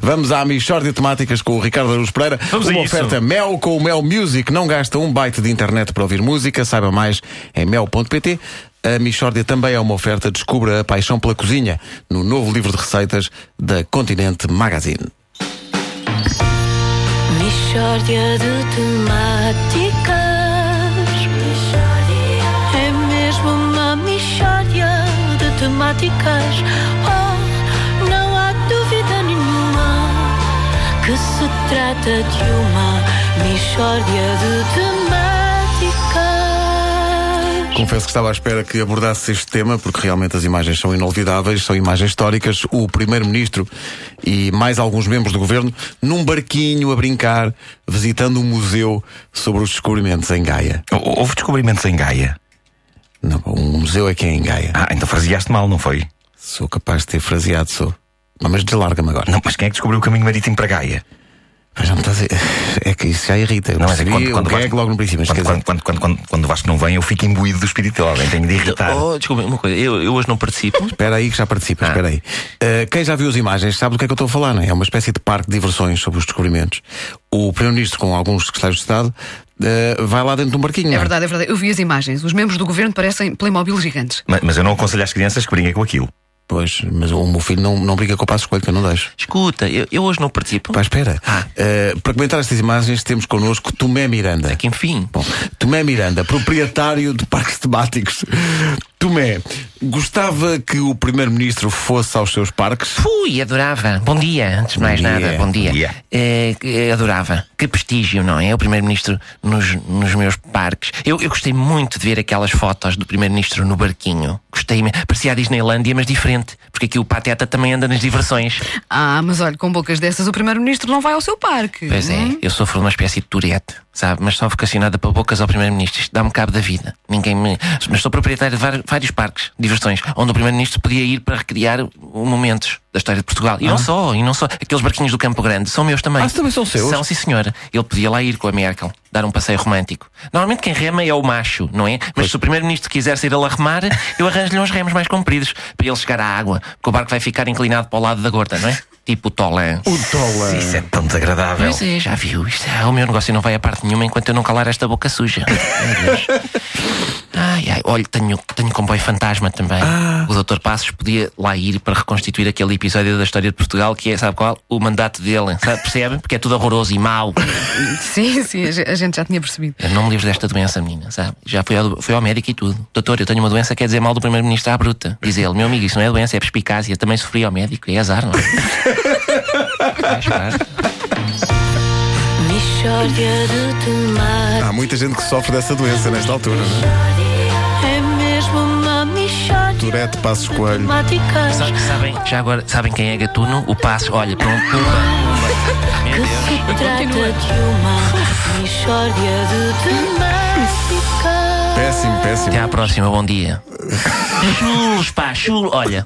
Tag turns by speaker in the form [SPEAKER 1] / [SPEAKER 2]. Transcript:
[SPEAKER 1] Vamos à Michórdia de Temáticas com o Ricardo Araújo Pereira.
[SPEAKER 2] Vamos a
[SPEAKER 1] Uma
[SPEAKER 2] isso.
[SPEAKER 1] oferta Mel com o Mel Music. Não gasta um byte de internet para ouvir música. Saiba mais em mel.pt. A Michórdia também é uma oferta. Descubra a paixão pela cozinha no novo livro de receitas da Continente Magazine.
[SPEAKER 3] Mistória de temáticas. É mesmo uma mistória de temáticas. Oh, não há dúvida nenhuma que se trata de uma mistória de temáticas.
[SPEAKER 1] Confesso que estava à espera que abordasse este tema, porque realmente as imagens são inolvidáveis, são imagens históricas. O Primeiro-Ministro e mais alguns membros do governo num barquinho a brincar, visitando um museu sobre os descobrimentos em Gaia.
[SPEAKER 2] Hou- Houve descobrimentos em Gaia.
[SPEAKER 1] Não, um museu é que é em Gaia.
[SPEAKER 2] Ah, então fraseaste mal, não foi?
[SPEAKER 1] Sou capaz de ter fraseado, sou. Não, Mas deslarga-me agora.
[SPEAKER 2] Não, mas quem é que descobriu o caminho marítimo para Gaia?
[SPEAKER 1] Mas não me estás a... É que isso já irrita. Eu
[SPEAKER 2] Não, mas é
[SPEAKER 1] percebi
[SPEAKER 2] quando-
[SPEAKER 1] o
[SPEAKER 2] quando
[SPEAKER 1] que é
[SPEAKER 2] Vasco-
[SPEAKER 1] que logo no princípio. Mas
[SPEAKER 2] Quando,
[SPEAKER 1] quer dizer,
[SPEAKER 2] quando, quando, quando, quando, quando o Vasco não vem, eu fico imbuído do espírito dele. Alguém tem de irritar.
[SPEAKER 4] Oh, desculpa, uma coisa, eu, eu hoje não participo.
[SPEAKER 1] Espera aí que já participas, espera aí. Ah, quem já viu as imagens sabe do que é que eu estou a falar, não é? É uma espécie de parque de diversões sobre os descobrimentos. O Primeiro-Ministro, com alguns secretários de Estado, ah, vai lá dentro de um barquinho. não
[SPEAKER 5] É verdade, é verdade. Eu vi as imagens. Os membros do governo parecem Playmobil gigantes.
[SPEAKER 2] Mas, mas eu não aconselho às crianças que brinquem com aquilo.
[SPEAKER 1] Pois, mas o meu filho não, não briga com o passo escolho, que eu não deixo.
[SPEAKER 4] Escuta, eu, eu hoje não participo.
[SPEAKER 1] Pá, espera. Ah, para comentar estas imagens, temos connosco Tomé Miranda.
[SPEAKER 4] Que enfim.
[SPEAKER 1] Bom, Tomé Miranda, proprietário de parques temáticos. Tomé, gostava que o Primeiro-Ministro fosse aos seus parques?
[SPEAKER 4] Fui, adorava. Bom dia, antes de mais
[SPEAKER 1] Bom
[SPEAKER 4] nada,
[SPEAKER 1] dia.
[SPEAKER 4] bom dia.
[SPEAKER 2] Bom dia.
[SPEAKER 4] Eh, que- adorava. Que prestígio, não é? O Primeiro-Ministro nos, nos meus parques. Eu, eu gostei muito de ver aquelas fotos do Primeiro-Ministro no barquinho. Gostei, imen- parecia a Disneylandia, mas diferente. Porque aqui o Pateta também anda nas diversões.
[SPEAKER 5] Ah, mas olha, com bocas dessas, o primeiro-ministro não vai ao seu parque.
[SPEAKER 4] Pois é, eu sofro de uma espécie de turete, sabe? Mas sou vocacionada para bocas ao Primeiro-Ministro. Isto dá-me cabo da vida. Ninguém me. Mas sou proprietária de var- vários parques, diversões, onde o Primeiro-Ministro podia ir para recriar o- momentos da história de Portugal. E não só, e não só. Aqueles barquinhos do Campo Grande são meus também.
[SPEAKER 1] Ah, também são seus?
[SPEAKER 4] São, sim, senhora. Ele podia lá ir com a Merkel, dar um passeio romântico. Normalmente quem rema é o macho, não é? Mas se o Primeiro-Ministro quiser sair ele a remar, eu arranjo-lhe uns remos mais compridos para ele chegar à água, porque o barco vai ficar inclinado para o lado da gorda, não é? Tipo o Tolan.
[SPEAKER 1] O Tola.
[SPEAKER 2] Isso é tão desagradável.
[SPEAKER 4] Pois é, já viu. Isto é, o meu negócio não vai a parte nenhuma enquanto eu não calar esta boca suja. Meu É, Deus. ai, ai, olha, tenho, tenho comboio fantasma também. O Dr. Passos podia lá ir para reconstituir aquele episódio da história de Portugal que é, sabe qual? O mandato dele. Sabe, percebe? Porque é tudo horroroso e mau.
[SPEAKER 5] Sim, sim, a ge- a gente já tinha percebido.
[SPEAKER 4] Eu não me livro desta doença, menina, sabe? Já fui ao, fui ao médico e tudo. Doutor, eu tenho uma doença que quer dizer mal do primeiro-ministro à bruta. Diz ele, meu amigo, isso não é doença, é perspicácia. Também sofri ao médico, é azar, não é? Faz parte.
[SPEAKER 3] Mistória de temáticas.
[SPEAKER 1] Há muita gente que sofre dessa doença nesta altura, não é?
[SPEAKER 3] É mesmo uma mistória.
[SPEAKER 1] Tourette, Passos Coelho.
[SPEAKER 3] de temáticas.
[SPEAKER 4] Sa- Sabem, já agora, sabem quem é Gatuno? O passo, olha, pronto, pumba, pumba. Meu
[SPEAKER 3] Que
[SPEAKER 4] Deus.
[SPEAKER 3] se trata de uma mistória de temáticas.
[SPEAKER 1] Péssimo, péssimo.
[SPEAKER 4] Até à próxima, bom dia. Chulos, pá, chulos. Olha,